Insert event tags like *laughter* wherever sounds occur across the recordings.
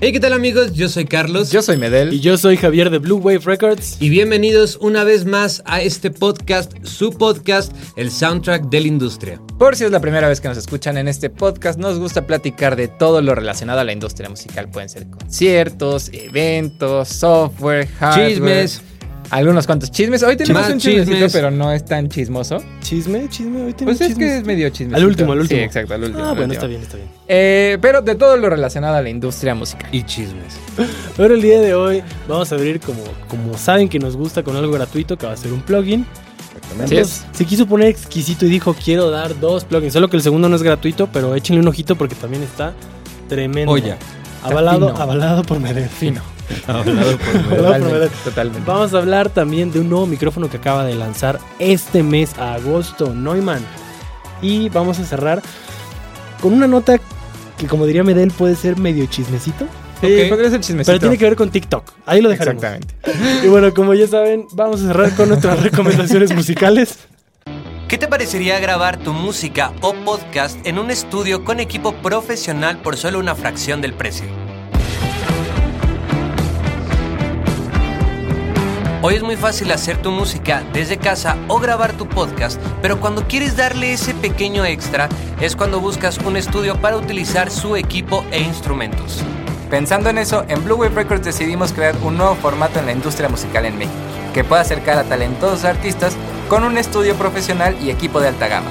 Hey, ¿qué tal amigos? Yo soy Carlos. Yo soy Medel. Y yo soy Javier de Blue Wave Records. Y bienvenidos una vez más a este podcast, su podcast, el soundtrack de la industria. Por si es la primera vez que nos escuchan en este podcast, nos gusta platicar de todo lo relacionado a la industria musical. Pueden ser conciertos, eventos, software, hardware. Chismes. Algunos cuantos chismes. Hoy tenemos Más un chismecito, chismes. pero no es tan chismoso. ¿Chisme? ¿Chisme? Hoy tenemos Pues es que chismes. es medio chisme. Al último, al último. Sí, exacto, al último. Ah, al último. bueno, está bien, está bien. Eh, pero de todo lo relacionado a la industria musical. Y chismes. Pero el día de hoy vamos a abrir, como, como saben que nos gusta, con algo gratuito que va a ser un plugin. Así es. Entonces, se quiso poner exquisito y dijo, quiero dar dos plugins. Solo que el segundo no es gratuito, pero échenle un ojito porque también está tremendo. Oye. Avalado, fino. avalado por Medel. Fino. Ah, Hablado por Medel. Hablado por Medel. Totalmente. totalmente. pues, Vamos a hablar también de un nuevo micrófono que acaba de lanzar este mes, a agosto, Neumann. Y vamos a cerrar con una nota que, como diría Medel, puede ser medio chismecito, Eh, Sí, Ok. podría ser chismecito. pero tiene que ver con TikTok. Ahí lo dejaremos. Exactamente. Y bueno, como ya saben, vamos a cerrar con nuestras *laughs* recomendaciones musicales. ¿Qué te parecería grabar tu música o podcast en un estudio con equipo profesional por solo una fracción del precio? Hoy es muy fácil hacer tu música desde casa o grabar tu podcast, pero cuando quieres darle ese pequeño extra es cuando buscas un estudio para utilizar su equipo e instrumentos. Pensando en eso, en Blue Wave Records decidimos crear un nuevo formato en la industria musical en México, que pueda acercar a talentosos artistas con un estudio profesional y equipo de alta gama.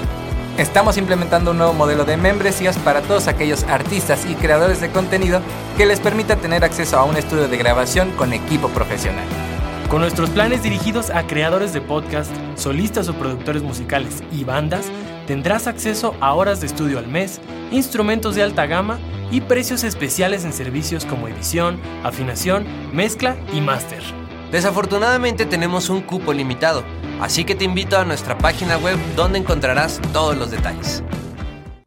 Estamos implementando un nuevo modelo de membresías para todos aquellos artistas y creadores de contenido que les permita tener acceso a un estudio de grabación con equipo profesional. Con nuestros planes dirigidos a creadores de podcast, solistas o productores musicales y bandas, tendrás acceso a horas de estudio al mes, instrumentos de alta gama y precios especiales en servicios como edición, afinación, mezcla y máster. Desafortunadamente tenemos un cupo limitado, así que te invito a nuestra página web donde encontrarás todos los detalles.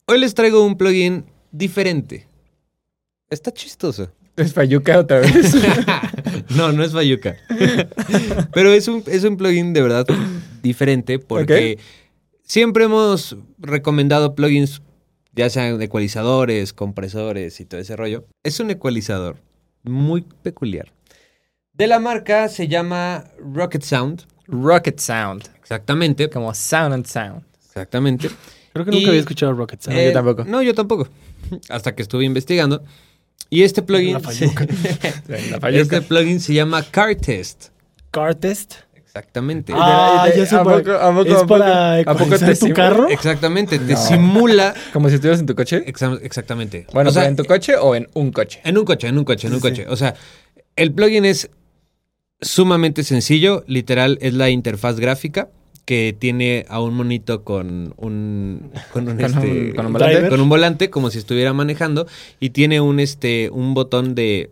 Hoy les traigo un plugin diferente. Está chistoso. Es Fayuca otra vez. *laughs* no, no es Bayuca. Pero es un, es un plugin de verdad diferente porque siempre hemos recomendado plugins, ya sean ecualizadores, compresores y todo ese rollo. Es un ecualizador muy peculiar. De la marca se llama Rocket Sound. *laughs* Rocket Sound. Exactamente, Como Sound and Sound. exactamente. Creo que nunca Y- había escuchado Rocket Sound. Eh, yo tampoco. No, yo tampoco. Hasta que estuve investigando. Y este plugin, La falluca. *laughs* La Fayuca. este plugin se llama Car Test. Car Test. Exactamente. Ah, de- ya sé ¿a por- poco- a poco- a ¿Es poco- para a poco te ecualizar tu simula? carro? Exactamente, te No. simula. Como si estuvieras en tu coche. exa- Exactamente. Bueno, O sea, pero en tu coche o en un coche. en un coche, en un coche, en un Sí, coche. O sea, el plugin es sumamente sencillo. Literal, es la interfaz gráfica que tiene a un monito con un con un, *laughs* Con un- este, con un volante. Driver. con un volante, como si estuviera manejando y tiene un este un botón de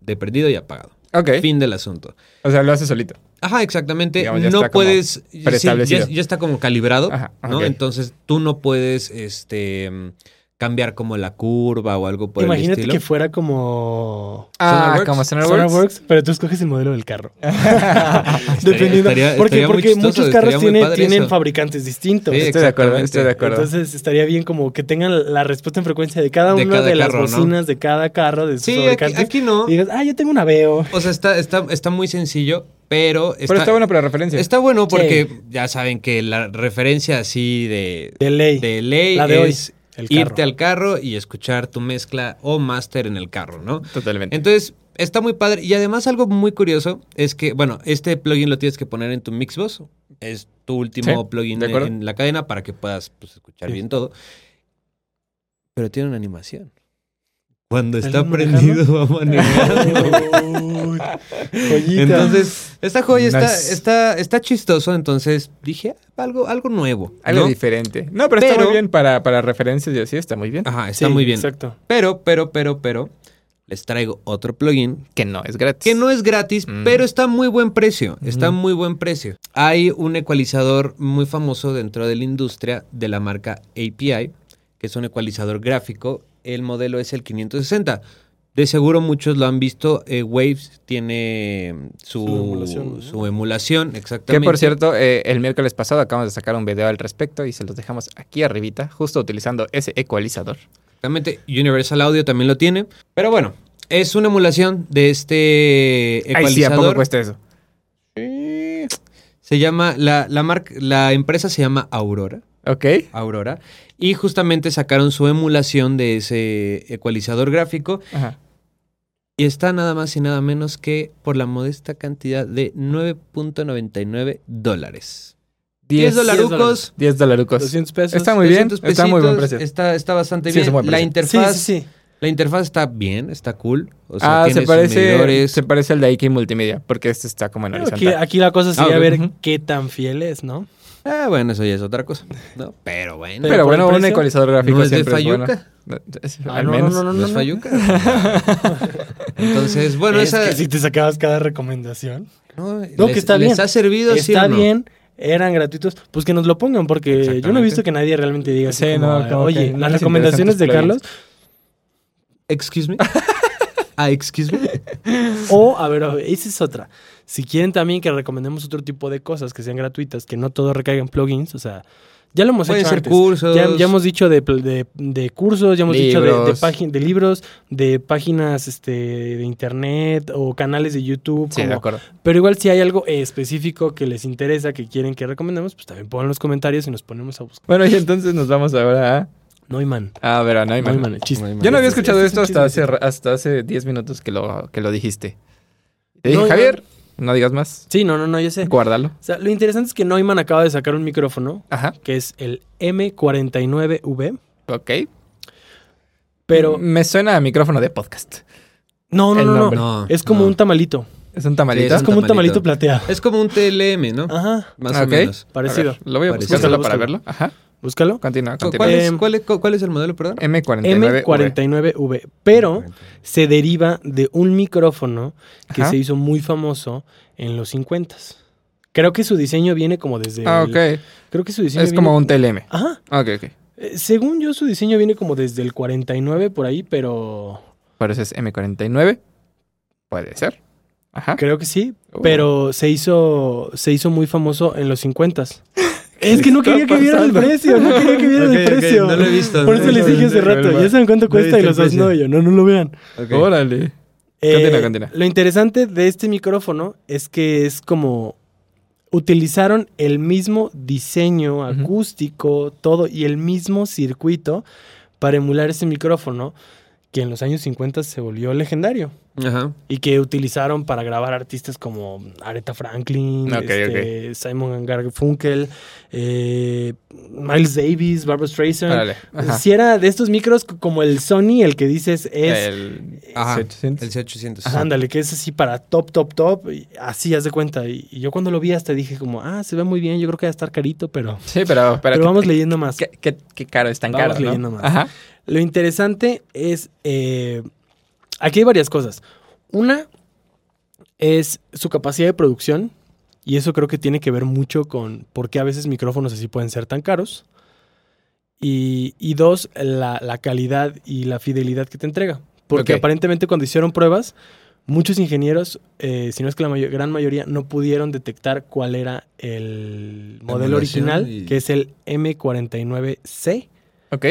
de prendido y apagado Ok. fin del asunto O sea, lo hace solito. Ajá, exactamente. Digamos, ya no está como puedes. sí, preestablecido. ya, ya está como calibrado, Ajá, ¿no? ok. Entonces tú no puedes este, mm, cambiar como la curva o algo por Imagínate el que estilo. fuera como Ah, Sonarworks. como Sonarworks. Sonarworks, pero tú escoges el modelo del *laughs* carro. Estaría- Dependiendo. estaría- porque estaría muy porque chistoso, muchos estaría carros muy tiene- padre tienen eso. fabricantes distintos. Sí, Estoy de acuerdo, exactamente. estoy de acuerdo. Entonces estaría bien como que tengan la respuesta en frecuencia de cada De una cada de las carro, ¿no? bocinas de cada carro de sus Sí, aquí, fabricantes. aquí no. Y digas, ah, yo tengo una Veo. O sea, está, está, está muy sencillo, pero está, Pero está bueno para referencia. Está bueno porque ya saben que la referencia así de, De ley. de ley La de hoy, es el carro. irte al carro y escuchar tu mezcla o máster en el carro, ¿no? Totalmente. Entonces, está muy padre. Y además, algo muy curioso es que, bueno, este plugin lo tienes que poner en tu Mixbox. Es tu último Sí, plugin de acuerdo. en la cadena para que puedas pues, escuchar Sí. bien todo. Pero tiene una animación. Pues Cuando está ¿Alguien prendido *laughs* va *laughs* manejando. Uy, *laughs* joyita. Entonces, esta joya está, Nice. está, está chistoso. Entonces dije, "Ah, algo, algo nuevo. Algo ¿no? diferente. No, pero, Pero- está muy bien para, para referencias y así está muy bien. Ajá, está Sí, muy bien. Exacto. Pero, pero, pero, pero, les traigo otro plugin Que no, es gratis. que no es gratis, Mm. pero está a muy buen precio. Está a Ujú. muy buen precio. Hay un ecualizador muy famoso dentro de la industria de la marca API, que es un ecualizador gráfico. El modelo es el 560. De seguro muchos lo han visto. eh, Waves tiene mm, su, Su emulación, ¿no? su emulación, exactamente. Que por cierto, eh, el miércoles pasado acabamos de sacar un video al respecto y se los dejamos aquí arribita, justo utilizando ese ecualizador. Exactamente. Universal Audio también lo tiene. Pero bueno, Es una emulación de este Ay, sí, ¿a poco pues? ecualizador. cuesta eso? se llama, la, la, marca- la empresa se llama Aurora. Ok. Aurora. Y justamente sacaron su emulación de ese ecualizador gráfico. Ajá. Y está nada más y nada menos que por la modesta cantidad de 9.99 dólares. 10 dolarucos. 10 Pues, dolarucos. 200 pesos. Está muy bien. 200 Está muy buen pesitos, precio. Está, está bastante Sí, bien. es un buen la precio. Sí, interfaz, sí, sí. la interfaz está bien, está cool. O sea, ah, se tiene sus parece, medidores. se parece al de IK Multimedia, porque este está como en Bueno, Aquí, horizontal. aquí la cosa sería Ah, ok. ver Ujú. qué tan fiel es, ¿no? Ah, bueno, eso ya es otra cosa. ¿no? Pero bueno. Pero por el bueno, un precio, ecualizador gráfico no es de siempre es bueno. Fayuca. No, es- Ah, al no, menos. no, no, no, ¿No es no. Fayuca? *laughs* Entonces, bueno, es esa. que si te sacabas cada recomendación. No, No, que les- está bien. ¿Les ha servido? sí Está o no? bien, eran gratuitos. Pues que nos lo pongan, porque yo no he Exactamente. visto que nadie realmente diga así Sí, como, no, como Oye, que no las les recomendaciones de interesan tus Carlos. Excuse me. Ah, excuse *laughs* me. O, a ver, a ver, esa es otra. Si quieren también que recomendemos otro tipo de cosas que sean gratuitas, que no todo recaiga en plugins, o sea, ya lo Pues hemos Pueden hecho ser antes. cursos. Ya, ya hemos dicho de, pl- de- de cursos, ya hemos dicho de- de, Libros. págin- de libros, de páginas este, de internet o canales de YouTube. Sí, de como- acuerdo. pero igual si hay algo específico que les interesa, que quieren que recomendemos, pues también pongan los comentarios y nos ponemos a buscar. Bueno, y entonces nos vamos ahora Neumann. a... A ver, a Neumann. Neumann, el chiste. Yo no había Este- escuchado este esto es un hasta hace, hasta hace 10 minutos que lo, que lo dijiste. Te dije, No, yo- Javier, no digas más. Sí, no, no, no, yo sé. Guárdalo. O sea, lo interesante es que Neumann acaba de sacar un micrófono Ajá, que es el M49V, ok. pero Me suena a micrófono de podcast. no, no, Mm. El no, no. nombre. No, Es como no. un tamalito, ¿Es un tamalito? Ah. Sí, es un como un tamalito tamalito. plateado. Es como un TLM, ¿no? Ajá, Más Ok. o menos. parecido. A ver, lo voy a Parecido. buscar solo para Búscalo, verlo. Ajá. Búscalo. Continúa, ¿Cu- continúa. ¿Cuál es, Eh, cuál, es, cu- cuál es el modelo, perdón? Eh, M49. M49V, pero se deriva de un micrófono que Ajá. se hizo muy famoso en los 50 Creo que su diseño viene como desde Ah, el- ok. Creo que su diseño Es viene- como un TLM. Ajá. Ok, ok. Eh, Según yo su diseño viene como desde el 49 por ahí, pero Por eso es M49. Puede ser. Ajá. Creo que sí, Oh. pero se hizo, se hizo muy famoso en los 50. *laughs* Es que no está quería que vieran el pasando? precio, no quería que vieran Ok, el ok, precio. no lo he visto. Por eso No les lo he dije hace visto. rato, ya saben No cuánto he cuesta y visto los el dos precio. no, yo no, no lo vean. Ok. Órale. Continúa, continúa. Eh, Lo interesante de este micrófono es que es como utilizaron el mismo diseño Ujú. acústico, todo y el mismo circuito para emular ese micrófono que en los años 50 se volvió legendario Ajá. y que utilizaron para grabar artistas como Aretha Franklin, Ok, este, Simon and Garfunkel, eh, Miles Davis, Barbra Streisand. Órale. Ajá. Si era de estos micros c- como el Sony, el que dices Eh, es, El Ajá. C800. El C800. Ajá, ándale, que es así para top, top, top, y así haz de cuenta. Y, y yo cuando lo vi hasta dije como, ah, se ve muy bien, yo creo que va a estar carito, pero, Sí, pero, pero ¿qué- vamos leyendo más. ¿qué, qué, qué caro es tan Vamos caro. ¿no? leyendo más. Ajá. Lo interesante es. eh, aquí hay varias cosas. Una es su capacidad de producción. Y eso creo que tiene que ver mucho con por qué a veces micrófonos así pueden ser tan caros. Y, y dos, la, la calidad y la fidelidad que te entrega. Porque Ok. aparentemente cuando hicieron pruebas, muchos ingenieros, eh, si no es que la mayo- gran mayoría, no pudieron detectar cuál era el modelo Emulación original, y- que es el M49C. Ok.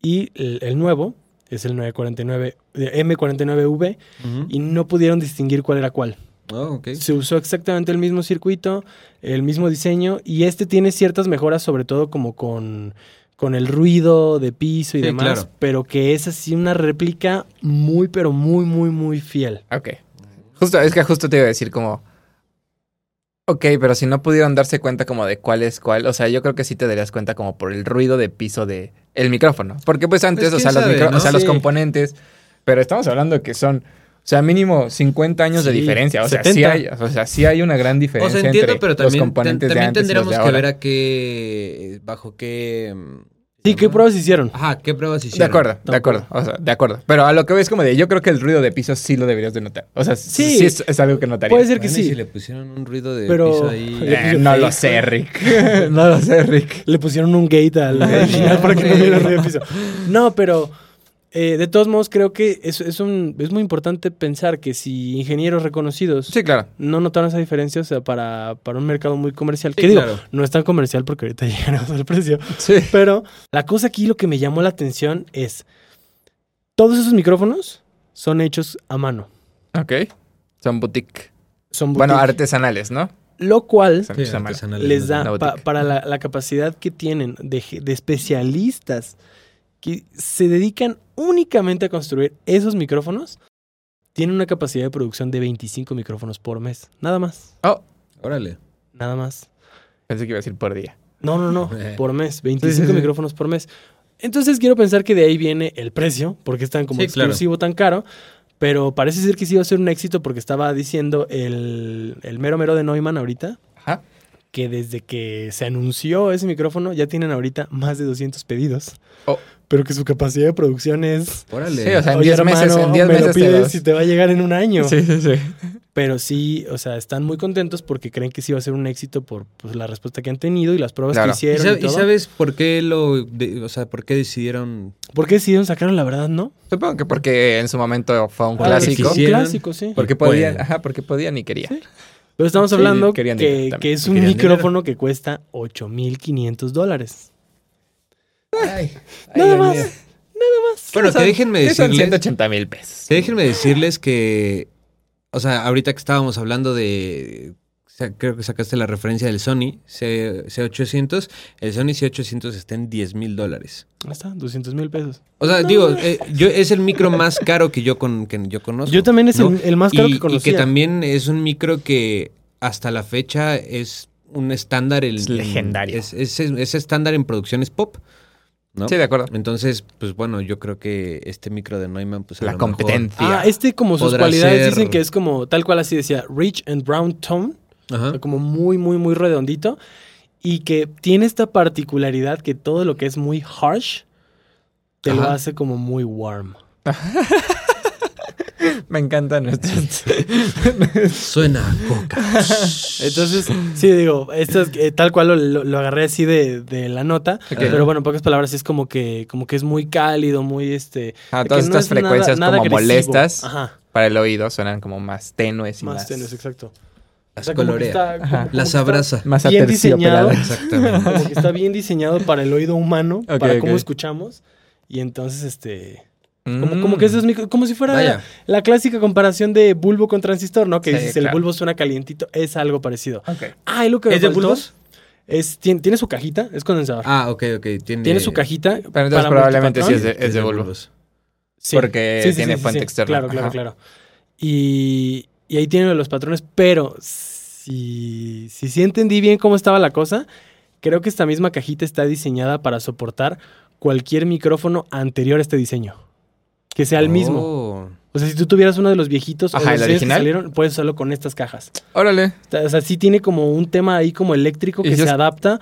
Y el, el nuevo es el 949, eh, M49V Ujú. y no pudieron distinguir cuál era cuál. Oh, ok. Se usó exactamente el mismo circuito, el mismo diseño y este tiene ciertas mejoras, sobre todo como con, con el ruido de piso y Sí, demás, claro. pero que es así una réplica muy, pero muy, muy, muy fiel. Ok. Justo, es que justo te iba a decir como... Ok, pero si no pudieron darse cuenta como de cuál es cuál, o sea, yo creo que sí te darías cuenta como por el ruido de piso de el micrófono. Porque pues antes, Pues, o, quién sea, los sabe, micro- ¿no? o sea, los Sí. componentes, pero estamos hablando que son, o sea, mínimo 50 años de Sí, diferencia. O sea, 70. sí hay, o sea, sí hay una gran O diferencia sea, entiendo, entre pero los también, componentes tam- de también antes y los tendríamos de que ahora. ver a qué. eh, bajo qué. mm, Sí, ¿qué ¿no? pruebas hicieron? Ajá, qué pruebas De hicieron. acuerdo, de Tampoco. acuerdo, o sea, de acuerdo. Pero a lo que ves como de, yo creo que el ruido de piso sí lo deberías de notar. O sea, sí, Sí. es, es algo que notaría. Puede ser que Bueno, y sí. Si le pusieron un ruido de Pero- piso ahí. Ah, Eh, no lo sé, Rick. *laughs* no lo sé, Rick. Le pusieron un gate al original para que no hubiera *laughs* ruido de piso. No, pero eh, de todos modos creo que es, es, un, es muy importante pensar que si ingenieros reconocidos Sí, claro. no notaron esa diferencia, o sea, para, para un mercado muy comercial, Sí, que digo, claro. no es tan comercial porque ahorita *laughs* llegaremos al precio, Sí. pero la cosa aquí lo que me llamó la atención es, todos esos micrófonos son hechos a mano. Ok. Son boutique. Son Bueno, boutique, artesanales, ¿no? lo cual Son Sí, hechos a mano. artesanales, les ¿no? Una da pa- boutique. para la, la capacidad que tienen de, ge- de especialistas que se dedican únicamente a construir esos micrófonos, tienen una capacidad de producción de 25 micrófonos por mes. Nada más, Oh, Órale. nada más. pensé que iba a decir por día. No, no, no, Eh. por mes, Sí, 25 sí, sí. micrófonos por mes. Entonces quiero pensar que de ahí viene el precio, porque es tan como Sí, claro. exclusivo, tan caro, pero parece ser que sí iba a ser un éxito porque estaba diciendo el, el mero mero de Neumann ahorita, Ajá. que desde que se anunció ese micrófono ya tienen ahorita más de 200 pedidos, Oh. pero que su capacidad de producción es... Órale. Sí, o sea, en "Oye, 10 meses, hermano, en 10 me lo meses te pides los- y te va a llegar en un año. Sí, sí, sí. Pero sí, o sea, están muy contentos porque creen que sí va a ser un éxito por pues, la respuesta que han tenido y las pruebas Claro. que ¿Y, hicieron. sab- y y todo. sabes por qué lo, de- o sea, por qué decidieron? ¿Por qué decidieron sacarlo? La verdad, no. Supongo que porque en su momento fue un Ah, clásico. sí, sí. Un Quisieron. clásico, sí. Porque Y pueden. podían, ajá, porque podían y querían. Pero estamos Sí, hablando querían dinero que, también. que es un Querían micrófono que cuesta 8.500 dólares. Ay, Nada Dios más. mío. Bueno, ¿Qué que son- déjenme qué son decirles, 180 mil pesos. que déjenme decirles que, o sea, ahorita que estábamos hablando de, o sea, creo que sacaste la referencia del Sony C, 800 el Sony C800 está en 10 mil dólares. Ahí está, 200 mil pesos. O sea, digo, eh, yo, es el micro más caro que yo, con, que yo conozco. Yo también es ¿no? el, el más caro y, que y conocía. también es un micro que hasta la fecha es un estándar. en- Es legendario. Es, es- es estándar en producciones pop. ¿no? Sí, de acuerdo. Entonces, pues bueno, yo creo que este micro de Neumann, pues a La lo mejor- competencia. Ah, este como sus Podrá cualidades ser- dicen que es como, tal cual así decía, rich and brown tone. O Ajá. sea, como muy, muy, muy redondito. Y que tiene esta particularidad que todo lo que es muy harsh te lo Ajá. hace como muy warm. Me encantan estos. Suena a *laughs* coca. Entonces, sí, digo, esto es, eh, tal cual lo, lo- lo agarré así de, de la nota. Pero bueno, en pocas palabras, sí es como que, como que es muy cálido, muy este. *laughs* Ah, que todas no estas es nada- frecuencias nada como agresivo. molestas Ajá, para el oído suenan como más tenues y más, más tenues, exacto. Las sea, como que colorea. está- como- Ajá. como que Las está- abraza. más Bien aterciopeladas. diseñado. *laughs* Exactamente. Como que está bien diseñado para el oído humano, Ok, para ok. cómo escuchamos. Y entonces, Mm. este. *laughs* Como, como que esos micro- como si fuera Vaya. la clásica comparación de bulbo con transistor, ¿no? Que Sí, dices, claro. el bulbo suena calientito, es algo parecido. Ok. Ah, y lo que me ¿Es de faltó bulbos? Es, tiene, tiene su cajita, es condensador. Ah, ok, ok. Tiene, tiene su cajita. Pero entonces probablemente sí multipatrón. es de, es de bulbo. Sí. porque tiene fuente externa. Claro, claro, Ajá. claro. Y, y ahí tiene los patrones, pero si, si sí entendí bien cómo estaba la cosa, creo que esta misma cajita está diseñada para soportar cualquier micrófono anterior a este diseño. Que sea el mismo. Oh. O sea, si tú tuvieras uno de los viejitos Ajá, o ¿el los diseños que original? salieron, puedes usarlo con estas cajas. Órale. O sea, O sea, sí tiene como un tema ahí como eléctrico Y que si se es- adapta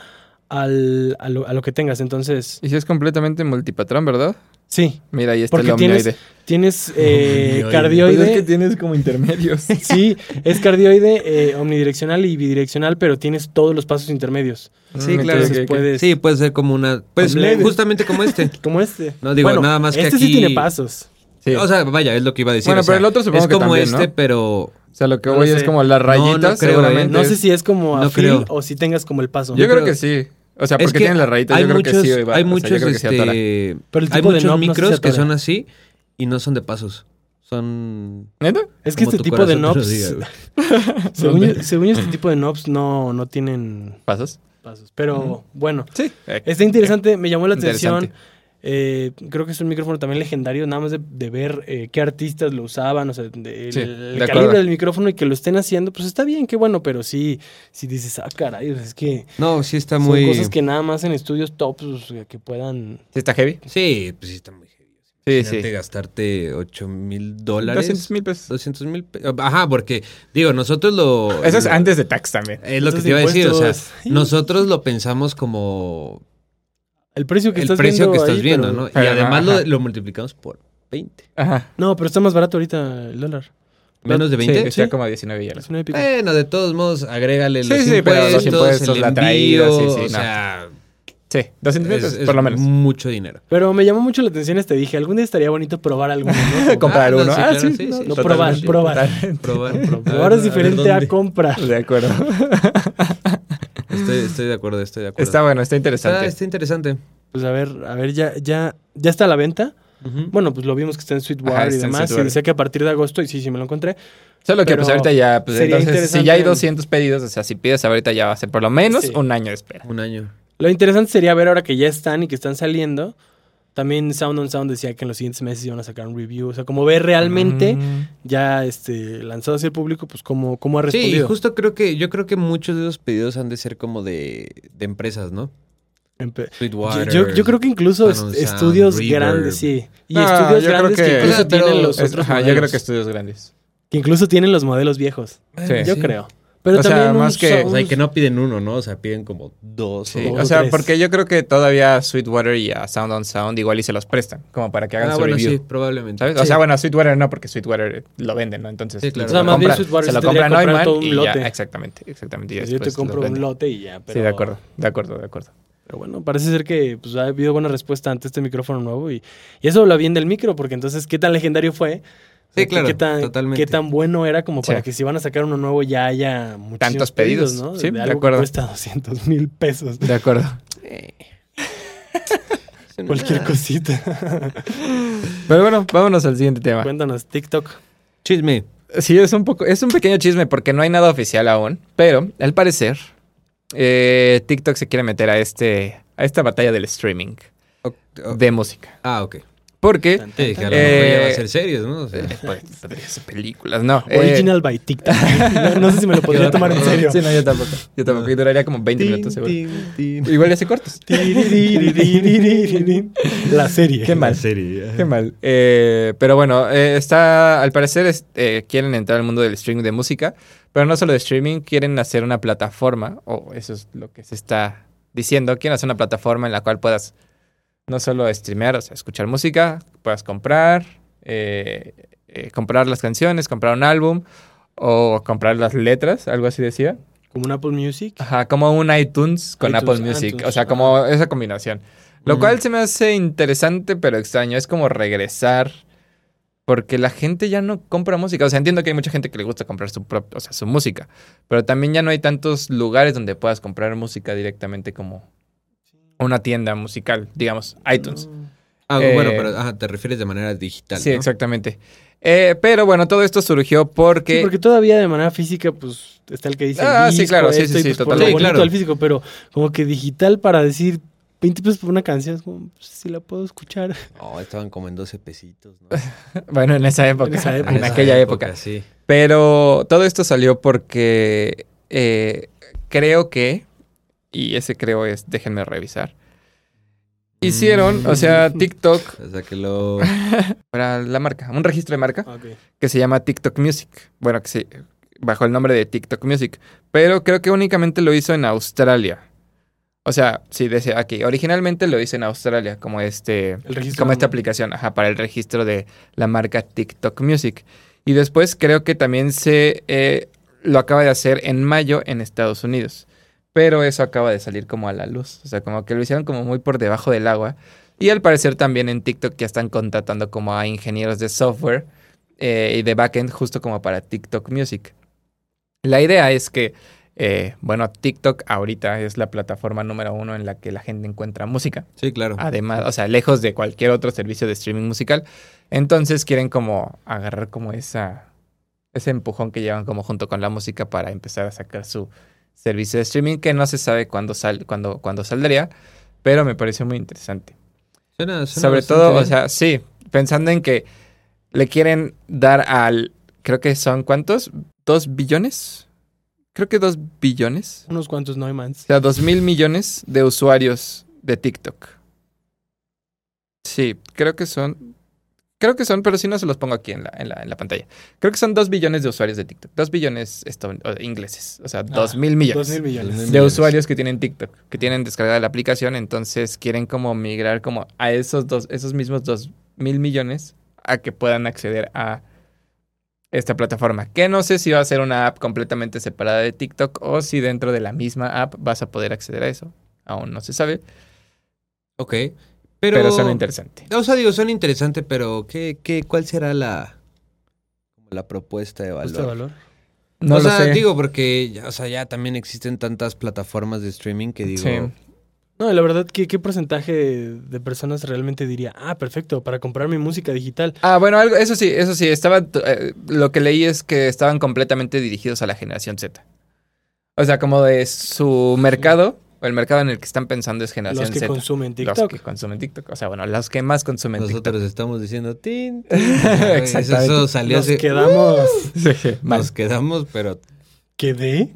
al, a, lo, a lo que tengas. Entonces, Y si es completamente multipatrón, ¿verdad? sí, Mira, ahí está Porque el tienes- omnioide. *laughs* tienes eh, Omnioide. cardioide. Pues es que tienes como *laughs* intermedios. Sí, es cardioide eh, omnidireccional y bidireccional, pero tienes todos los pasos intermedios. Sí, Mm, claro. Entonces que- que- puedes... Sí, puede ser como una. Pues Omnibus. justamente como este. Como este. No, digo, Bueno, nada más que este sí aquí- tiene pasos. *laughs* sí. O sea, vaya, es lo que iba a decir. Bueno, o pero sea, el otro supongo es que como también, este, ¿no? pero O sea, lo que no voy sé. es como las No, no rayitas, creo, ¿eh? seguramente. No sé si es como a No feel creo. o si tengas como el paso. Yo, Yo creo, creo- que sí. O sea, Es porque que tienen las rayitas, hay yo creo muchos, que sí. Iba, hay o sea, yo muchos, creo que sí atora. este, Pero el hay tipo de muchos knob no se micros que atora. son así y no son de pasos. Son ¿Neta? Es que como tu este tipo de corazón te lo knobs, diga, *laughs* güey. *laughs* según, yo- según yo, este tipo de knobs no, no tienen ¿Pasas? pasos. Pero bueno, Sí. Eh, está interesante, me llamó la atención. Interesante. Eh, creo que es un micrófono también legendario, nada más de, de ver eh, qué artistas lo usaban, o sea, de- Sí, el, de acuerdo. calibre del micrófono y que lo estén haciendo, pues está bien, qué bueno, pero sí, si dices, ah, caray, o sea, es que No, sí está son muy. cosas que nada más en estudios tops pues, que puedan... ¿Sí está heavy? Sí, pues sí está muy heavy. Sí, Imagínate sí. gastarte 8 mil dólares. 200 mil pesos. 200 mil. pe- Ajá, porque, digo, nosotros lo. Eso es lo- antes de tax también. Es lo que te Antes de iba a decir, o sea, impuestos. nosotros lo pensamos como El precio que el estás precio viendo que estás ahí, viendo, pero- ¿no? Y Ajá, además lo, ajá. lo multiplicamos por 20. Ajá. No, pero está más barato ahorita el dólar. Menos de Sí, 20. está Sí. como a 19 ya. Es una épica. Bueno, de todos modos, agrégale Sí, los, sí, pero impuestos, los impuestos, el la envío, traída, sí, sí, o no. sea, Sí, 200 mil es, pesos, es por lo menos. mucho dinero. Pero me llamó mucho la atención este dije, algún día estaría bonito *laughs* probar alguno, ¿no? Como- *laughs* Comprar Ah, no, uno. sí, ah, claro, sí, sí, no, sí. no, totalmente, probar, probar. totalmente. Probar. *laughs* Ahora es diferente a dónde. comprar. De acuerdo. Estoy, estoy de acuerdo, estoy de acuerdo. Está bueno, está Está- interesante. está interesante. Pues a ver, a ver, ya, ya, ya está a la venta. Ujú. Bueno, pues lo vimos que está en Sweetwater Ajá, y está en demás. Y Sweetwater. decía que a partir de agosto, y sí, sí me lo encontré. Solo que Pero pues ahorita ya, pues sería entonces, si ya hay interesante- 200 pedidos, o sea, si pides ahorita ya va a ser por lo menos Sí. un año de espera. Un año. Lo interesante sería ver ahora que ya están y que están saliendo. También Sound on Sound decía que en los siguientes meses iban a sacar un review. O sea, como ver realmente, Mm. ya este, lanzado hacia el público, pues cómo, cómo ha Sí, respondido. justo creo que, yo creo que muchos de esos pedidos han de ser como de, de empresas, ¿no? Empe- Yo, Sweetwater. yo- yo creo que incluso est- Sound on Sound, estudios Reverb. grandes, sí. Y No, estudios yo creo grandes que, que- incluso O sea, pero tienen los Es- otros ajá, yo modelos. creo que estudios grandes. Que incluso tienen los modelos viejos. Eh, Sí. Yo creo. Pero O sea, también un más que- O sea, y que no piden uno, ¿no? O sea, piden como dos. Sí, Ah, o- o sea, tres. porque yo creo que todavía a Sweetwater y a Sound on Sound igual y se los prestan, como para que hagan Ah, su bueno, review. sí, probablemente. ¿Sabes? O sea, bueno, a Sweetwater no, porque Sweetwater lo venden, ¿no? Entonces, Sí, claro. se O sea, lo más bien compra- Sweetwater se sí lo tendría compran que Neumann comprar todo un y ya, lote. exactamente, exactamente. y Pues yo después te los compro un venden. lote y ya. Pero, Sí, de acuerdo, de acuerdo, de acuerdo. Pero bueno, parece ser que pues, ha habido buena respuesta ante este micrófono nuevo. Y, y eso habla bien del micro, porque entonces, ¿qué tan legendario fue? O sea, Sí, claro, ¿Qué tan, totalmente. qué tan bueno era como para Sí. que si van a sacar uno nuevo ya haya muchísimos Tantos pedidos, ¿no? sí, de algo que acuerdo. cuesta *laughs* 200 mil *laughs* pesos. De acuerdo. pues, Cualquier cosita. Pero bueno, vámonos al siguiente tema. Cuéntanos, TikTok. Chisme. Sí, es un poco, es un pequeño chisme porque no hay nada oficial aún, pero al parecer eh, TikTok se quiere meter a este, a esta batalla del streaming O- o- de música, Ah, ok. porque Tan, Sí, tan, que a tan. lo mejor ya va a Eh, ser serios, ¿no? O sea, pues, podrías hacer películas, no. eh, Original by *laughs* TikTok. No, no sé si me lo podría tomar en serio. Sí, no, yo tampoco. Yo tampoco. Y duraría como 20 minutos seguro. Igual ya se cortos. *laughs* *laughs* La serie. Qué mal. serie. *laughs* Qué mal. Eh, pero bueno, eh, está. Al parecer es- eh, quieren entrar al mundo del streaming de música, pero no solo de streaming, quieren hacer una plataforma, o eso es lo que se está diciendo. Quieren hacer una plataforma en la cual puedas no solo streamear, o sea, escuchar música, puedas comprar, eh, eh, comprar las canciones, comprar un álbum o comprar las letras, algo así decía. Como un Apple Music. Ajá, como un iTunes con iTunes, Apple Music. iTunes, o sea, como esa combinación. Lo Ujú. cual se me hace interesante, pero extraño. Es como regresar. Porque la gente ya no compra música. O sea, entiendo que hay mucha gente que le gusta comprar su propia, o sea, su música. Pero también ya no hay tantos lugares donde puedas comprar música directamente como una tienda musical, digamos, iTunes. Ah, Eh, bueno, pero ajá, te refieres de manera Mm, digital. sí, ¿no? exactamente. Eh, pero bueno, todo esto surgió porque. Sí, porque todavía de manera física, pues está el que dice. el Ah, sí, disco, claro, sí, esto, sí, y, sí, pues, por totalmente. Sí, lo bonito claro. del físico, pero como que digital para decir 20 pesos por una canción, es como, pues, si la puedo *laughs* escuchar. No, Oh, estaban como en 12 pesitos, ¿no? *laughs* Ah, Bueno, *laughs* en esa época. En, En esa época. esa aquella época. Sí. Pero todo esto salió porque eh, creo que, y ese creo es, déjenme revisar, hicieron, o sea, TikTok, O sea que lo. para la marca, un registro de marca que se llama TikTok Music. Bueno, que se, bajo el nombre de TikTok Music. Pero creo que únicamente lo hizo en Australia. O sea, sí, decía aquí, originalmente lo hizo en Australia, como este El registro. como esta aplicación, ajá, para el registro de la marca TikTok Music. Y después creo que también se eh, lo acaba de hacer en mayo en Estados Unidos. Pero eso acaba de salir como a la luz. O sea, como que lo hicieron como muy por debajo del agua. Y al parecer también en TikTok ya están contratando como a ingenieros de software eh, y de backend justo como para TikTok Music. La idea es que, eh, bueno, TikTok ahorita es la plataforma número uno en la que la gente encuentra música. Sí, claro. Además, o sea, lejos de cualquier otro servicio de streaming musical. Entonces quieren como agarrar como esa ese empujón que llevan como junto con la música para empezar a sacar su servicio de streaming que no se sabe cuándo sal cuándo cuándo saldría, pero me pareció muy interesante. Suena- suena Sobre bastante todo, o bien. sea, sí, pensando en que le quieren dar al creo que son cuántos? ¿Dos billones? Creo que dos billones. Unos cuantos O Neumanns. sea, 2 mil millones de usuarios de TikTok. Sí, creo que son. Creo que son, pero si no se los pongo aquí en la, en la, en la pantalla. Creo que son 2 billones de usuarios de TikTok. 2 billones estadoun- o de ingleses. O sea, 2 mil millones 2 mil millones. de usuarios que tienen TikTok, que tienen descargada la aplicación. Entonces quieren como migrar como a esos, dos, esos mismos 2 mil millones a que puedan acceder a esta plataforma. Que no sé si va a ser una app completamente separada de TikTok o si dentro de la misma app vas a poder acceder a eso. Aún no se sabe, Ok. pero, Pero. suena interesante. O sea, digo, suena interesante, pero ¿qué, qué, ¿cuál será la, la propuesta de valor? Justo valor. No o lo sea, sé. digo, porque ya, o sea, ya también existen tantas plataformas de streaming que digo. Sí. No, la verdad, ¿qué, ¿qué porcentaje de personas realmente diría, ah, perfecto, para comprar mi música digital? Ah, bueno, algo, eso sí, eso sí, estaba, eh, lo que leí es que estaban completamente dirigidos a la generación Z. O sea, como de su mercado, o el mercado en el que están pensando es generación Los que Z. consumen Los TikTok. que *laughs* consumen TikTok. O sea, bueno, los que más consumen Nosotros estamos diciendo tin, *laughs* tin. Eso, Exactamente. eso salió Nos así. quedamos. TikTok. *laughs* Sí, mal. Nos quedamos, pero ¿Quedé?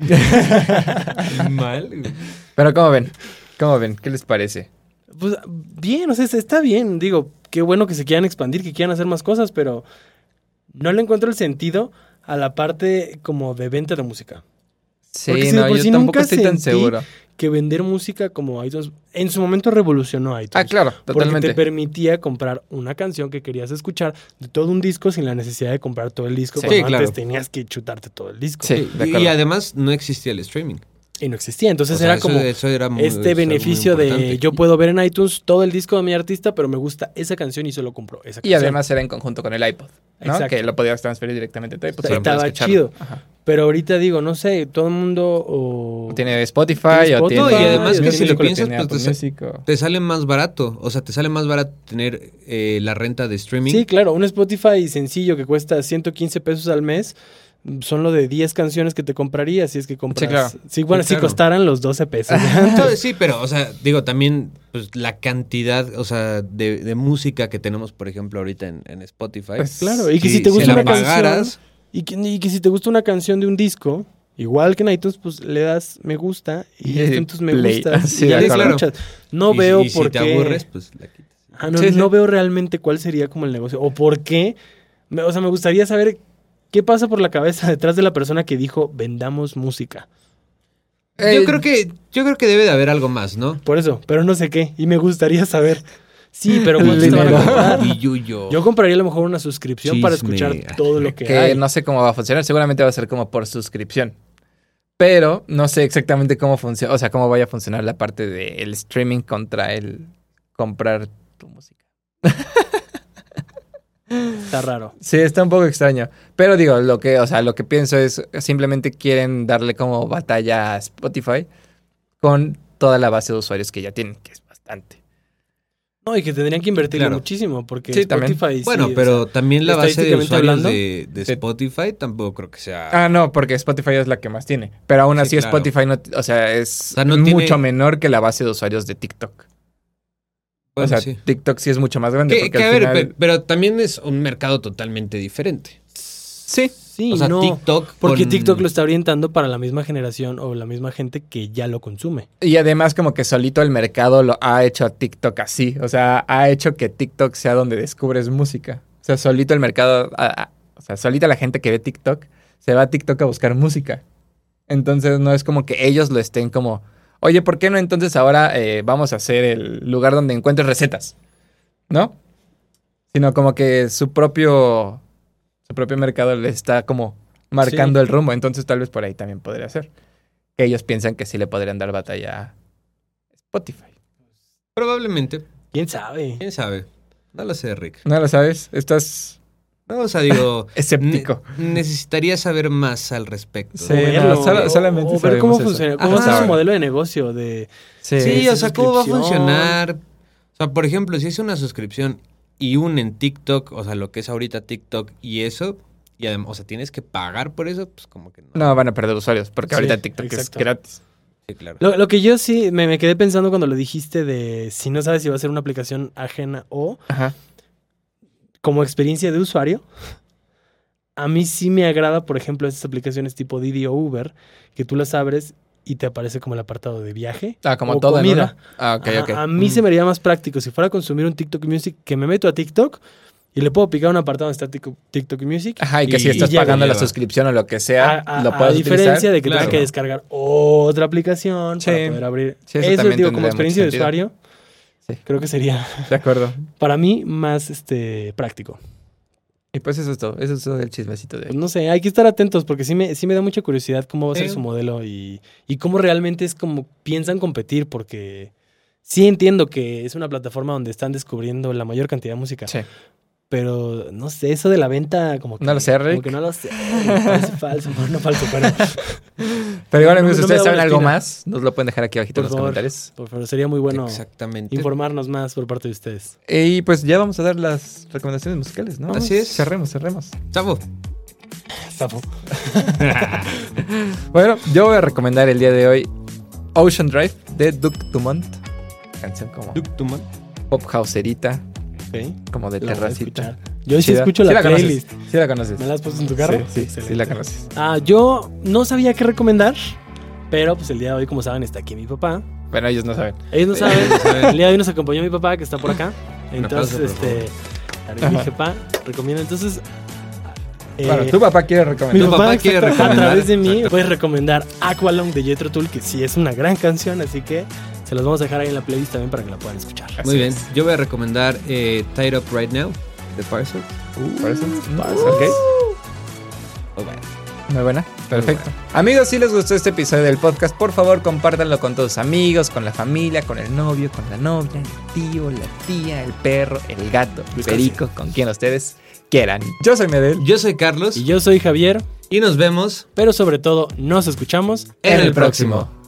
*laughs* mal. Pero ¿cómo ven? ¿Cómo ven? ¿Qué les parece? Pues bien, o sea, se- está bien. Digo, qué bueno que se quieran expandir, que quieran hacer más cosas, pero no le encuentro el sentido a la parte como de venta de música. Sí, Porque si de no, por yo sí tampoco nunca estoy tan sentí- seguro. Que vender música como iTunes en su momento revolucionó iTunes. Ah, claro, Porque te totalmente. permitía comprar una canción que querías escuchar de todo un disco sin la necesidad de comprar todo el disco. Sí, cuando claro. antes tenías que chutarte todo el disco. Sí, de Y, acuerdo. y además no existía el streaming. Y no existía. Entonces O sea, era eso- como eso era muy- eso era este muy beneficio de importante. yo puedo ver en iTunes todo el disco de mi artista, pero me gusta esa canción y solo compro esa canción. Y además era en conjunto con el iPod, ¿no? Exacto. Que lo podías transferir directamente a tu iPod. Está- solo podías estaba escucharlo. chido. Ajá. Pero ahorita digo, no sé, todo el mundo o... Tiene Spotify, Tiene o Spotify, tiene... No, y además que si tiene lo Apple piensas, Music, pues, Apple te- Music o- Te sale más barato. O sea, te sale más barato tener eh, la renta de streaming. *laughs* Sí, claro, un Spotify sencillo que cuesta 115 pesos al mes mm, son lo de 10 canciones que te comprarías si es que compras. claro. Sí, bueno, Sí, si claro. costaran los *laughs* 12 pesos. Entonces, sí, pero, o sea, digo, también pues, la cantidad, o sea, de, de música que tenemos, por ejemplo, ahorita en, en Spotify. Pues, claro, y que si te se gusta la una canción pagaras, y que, y que si te gusta una canción de un disco, igual que en iTunes, pues le das me gusta y Y están tus me *laughs* play. gustas Sí, y ya de la acuerdo. escuchas. No y si- veo y si por qué te aburres, pues la quitas. Ah, no, Sí, sí. no veo realmente cuál sería como el negocio. O por qué. Me- O sea, me gustaría saber qué pasa por la cabeza *laughs* detrás de la persona que dijo vendamos música. Eh, yo creo que, yo creo que debe de haber algo más, ¿no? Por eso, pero no sé qué. Y me gustaría *laughs* saber. Sí, *laughs* pero ¿cuántos te van a Dinero. comprar? *laughs* Y Yuyo. Yo compraría a lo mejor una suscripción para Chisme. escuchar todo lo que, que hay. no sé cómo va a funcionar. Seguramente va a ser como por suscripción. Pero no sé exactamente cómo funciona, o sea, cómo vaya a funcionar la parte del streaming contra el comprar tu música. Está raro. Sí, está un poco extraño. Pero digo, lo que, o sea, lo que pienso es simplemente quieren darle como batalla a Spotify con toda la base de usuarios que ya tienen, que es bastante. No, y que tendrían que invertirle Claro. muchísimo porque Sí, también. Spotify sí, bueno, o pero sea, también la base de estadísticamente usuarios hablando, eh, de, de sí. Spotify tampoco creo que sea... Ah, no, porque Spotify es la que más tiene. Pero aún Sí, así claro. Spotify no, o sea, es sea, no tiene- mucho menor que la base de usuarios de TikTok. bueno, o sea, sí. TikTok sí es mucho más grande. Que, porque que a al ver, final- pe- pero también es un mercado totalmente diferente. Sí. sí, o sea, no. TikTok... porque con- TikTok lo está orientando para la misma generación o la misma gente que ya lo consume. Y además como que solito el mercado lo ha hecho a TikTok así. O sea, ha hecho que TikTok sea donde descubres música. O sea, solito el mercado, a- a- o sea, solita la gente que ve TikTok se va a TikTok a buscar música. Entonces no es como que ellos lo estén como, oye, ¿por qué no entonces ahora eh, vamos a hacer el lugar donde encuentres recetas? ¿No? Sino como que su propio, su propio mercado le está como marcando el rumbo. Entonces tal vez por ahí también podría ser. Que ellos piensan que sí le podrían dar batalla a Spotify. Probablemente, ¿Quién sabe? quién sabe. No lo sé, Rick. ¿No lo sabes? Estás No, o sea, *laughs* digo... escéptico. ne- necesitaría saber más al respecto. Sí, Eh, no, solo- solamente o ver cómo sabemos eso. funciona, cómo Ajá. es su modelo de negocio de Sí, esa o sea, ¿cómo va a suscripción. funcionar? O sea, por ejemplo, si es una suscripción y unen TikTok, o sea, lo que es ahorita TikTok y eso, y además, o sea, tienes que pagar por eso, pues como que no. No van a perder usuarios porque Sí, ahorita TikTok exacto. es gratis. Sí, claro. Lo, lo que yo sí me, me quedé pensando cuando lo dijiste de si no sabes si va a ser una aplicación ajena o Ajá. como experiencia de usuario. A mí sí me agrada, por ejemplo, estas aplicaciones tipo Didi o Uber, que tú las abres y te aparece como el apartado de viaje. Ah, como o todo en comida. una. Ah, ok, Ajá, ok. A mí Mm. se me haría más práctico si fuera a consumir un TikTok Music que me meto a TikTok y le puedo picar un apartado donde está Tik- TikTok Music. Ajá, y que si Y- estás y ya pagando la lleva. suscripción o lo que A, sea, a- lo a puedes diferencia utilizar. de que tenga claro. que descargar otra aplicación Sí. para poder abrir. Sí, eso eso también digo, como tendría experiencia de mucho sentido. usuario, Sí. creo que sería *laughs* De acuerdo. para mí más este práctico. Y pues eso es todo. Eso es todo el chismecito de Pues hoy. no sé, hay que estar atentos porque sí me, sí me da mucha curiosidad cómo va a ser Sí. su modelo y, y cómo realmente es como piensan competir porque sí entiendo que es una plataforma donde están descubriendo la mayor cantidad de música, Sí. Pero no sé, eso de la venta, como que. No lo sé, como Rick. que no lo sé. *laughs* me Parece falso, bueno, no falso, pero. Pero igual, No, no, amigos, no si me ustedes da buena saben algo espina. más, nos lo pueden dejar aquí abajito en Por los favor. comentarios. Por favor, sería muy bueno Exactamente. informarnos más por parte de ustedes. Y pues ya vamos a dar las recomendaciones musicales, ¿no? Así es. Cerremos, cerremos. Chavo. Sapo. Bueno, yo voy a recomendar el día de hoy Ocean Drive de Duke Dumont. Canción como Duke Dumont. pop houseerita, como de La voy a terracita. escuchar. Yo sí Chida. escucho Sí la, conoces, playlist. Sí la conoces. ¿Me la has puesto en tu carro? Sí, sí, sí Excelente. la conoces. Ah, yo no sabía qué recomendar, pero pues el día de hoy, como saben, está aquí mi papá. Bueno, ellos no saben. Ellos no saben, saben. el día de hoy nos acompañó mi papá que está por acá. Entonces, aplauso, por este, le dije, pa, recomiendo. Entonces, eh, bueno, tu papá quiere mi recomendar. tu papá, papá quiere exacto, a recomendar. través de mí Exacto. puedes recomendar Aqualong de Jethro Tull, que sí es una gran canción, así que se los vamos a dejar ahí en la playlist también para que la puedan escuchar. Muy bien. Yo voy a recomendar eh, Tied Up Right Now de Parcels. Parsons. Uh, Ok, Oh, bueno. muy buena. Perfecto. Amigos, si les gustó este episodio del podcast, por favor compártanlo con todos sus amigos, con la familia, con el novio, con la novia, el tío, la tía, el perro, el gato, el perico, con quien ustedes quieran. Yo soy Medel. Yo soy Carlos Y yo soy Javier, y nos vemos pero sobre todo nos escuchamos en el próximo.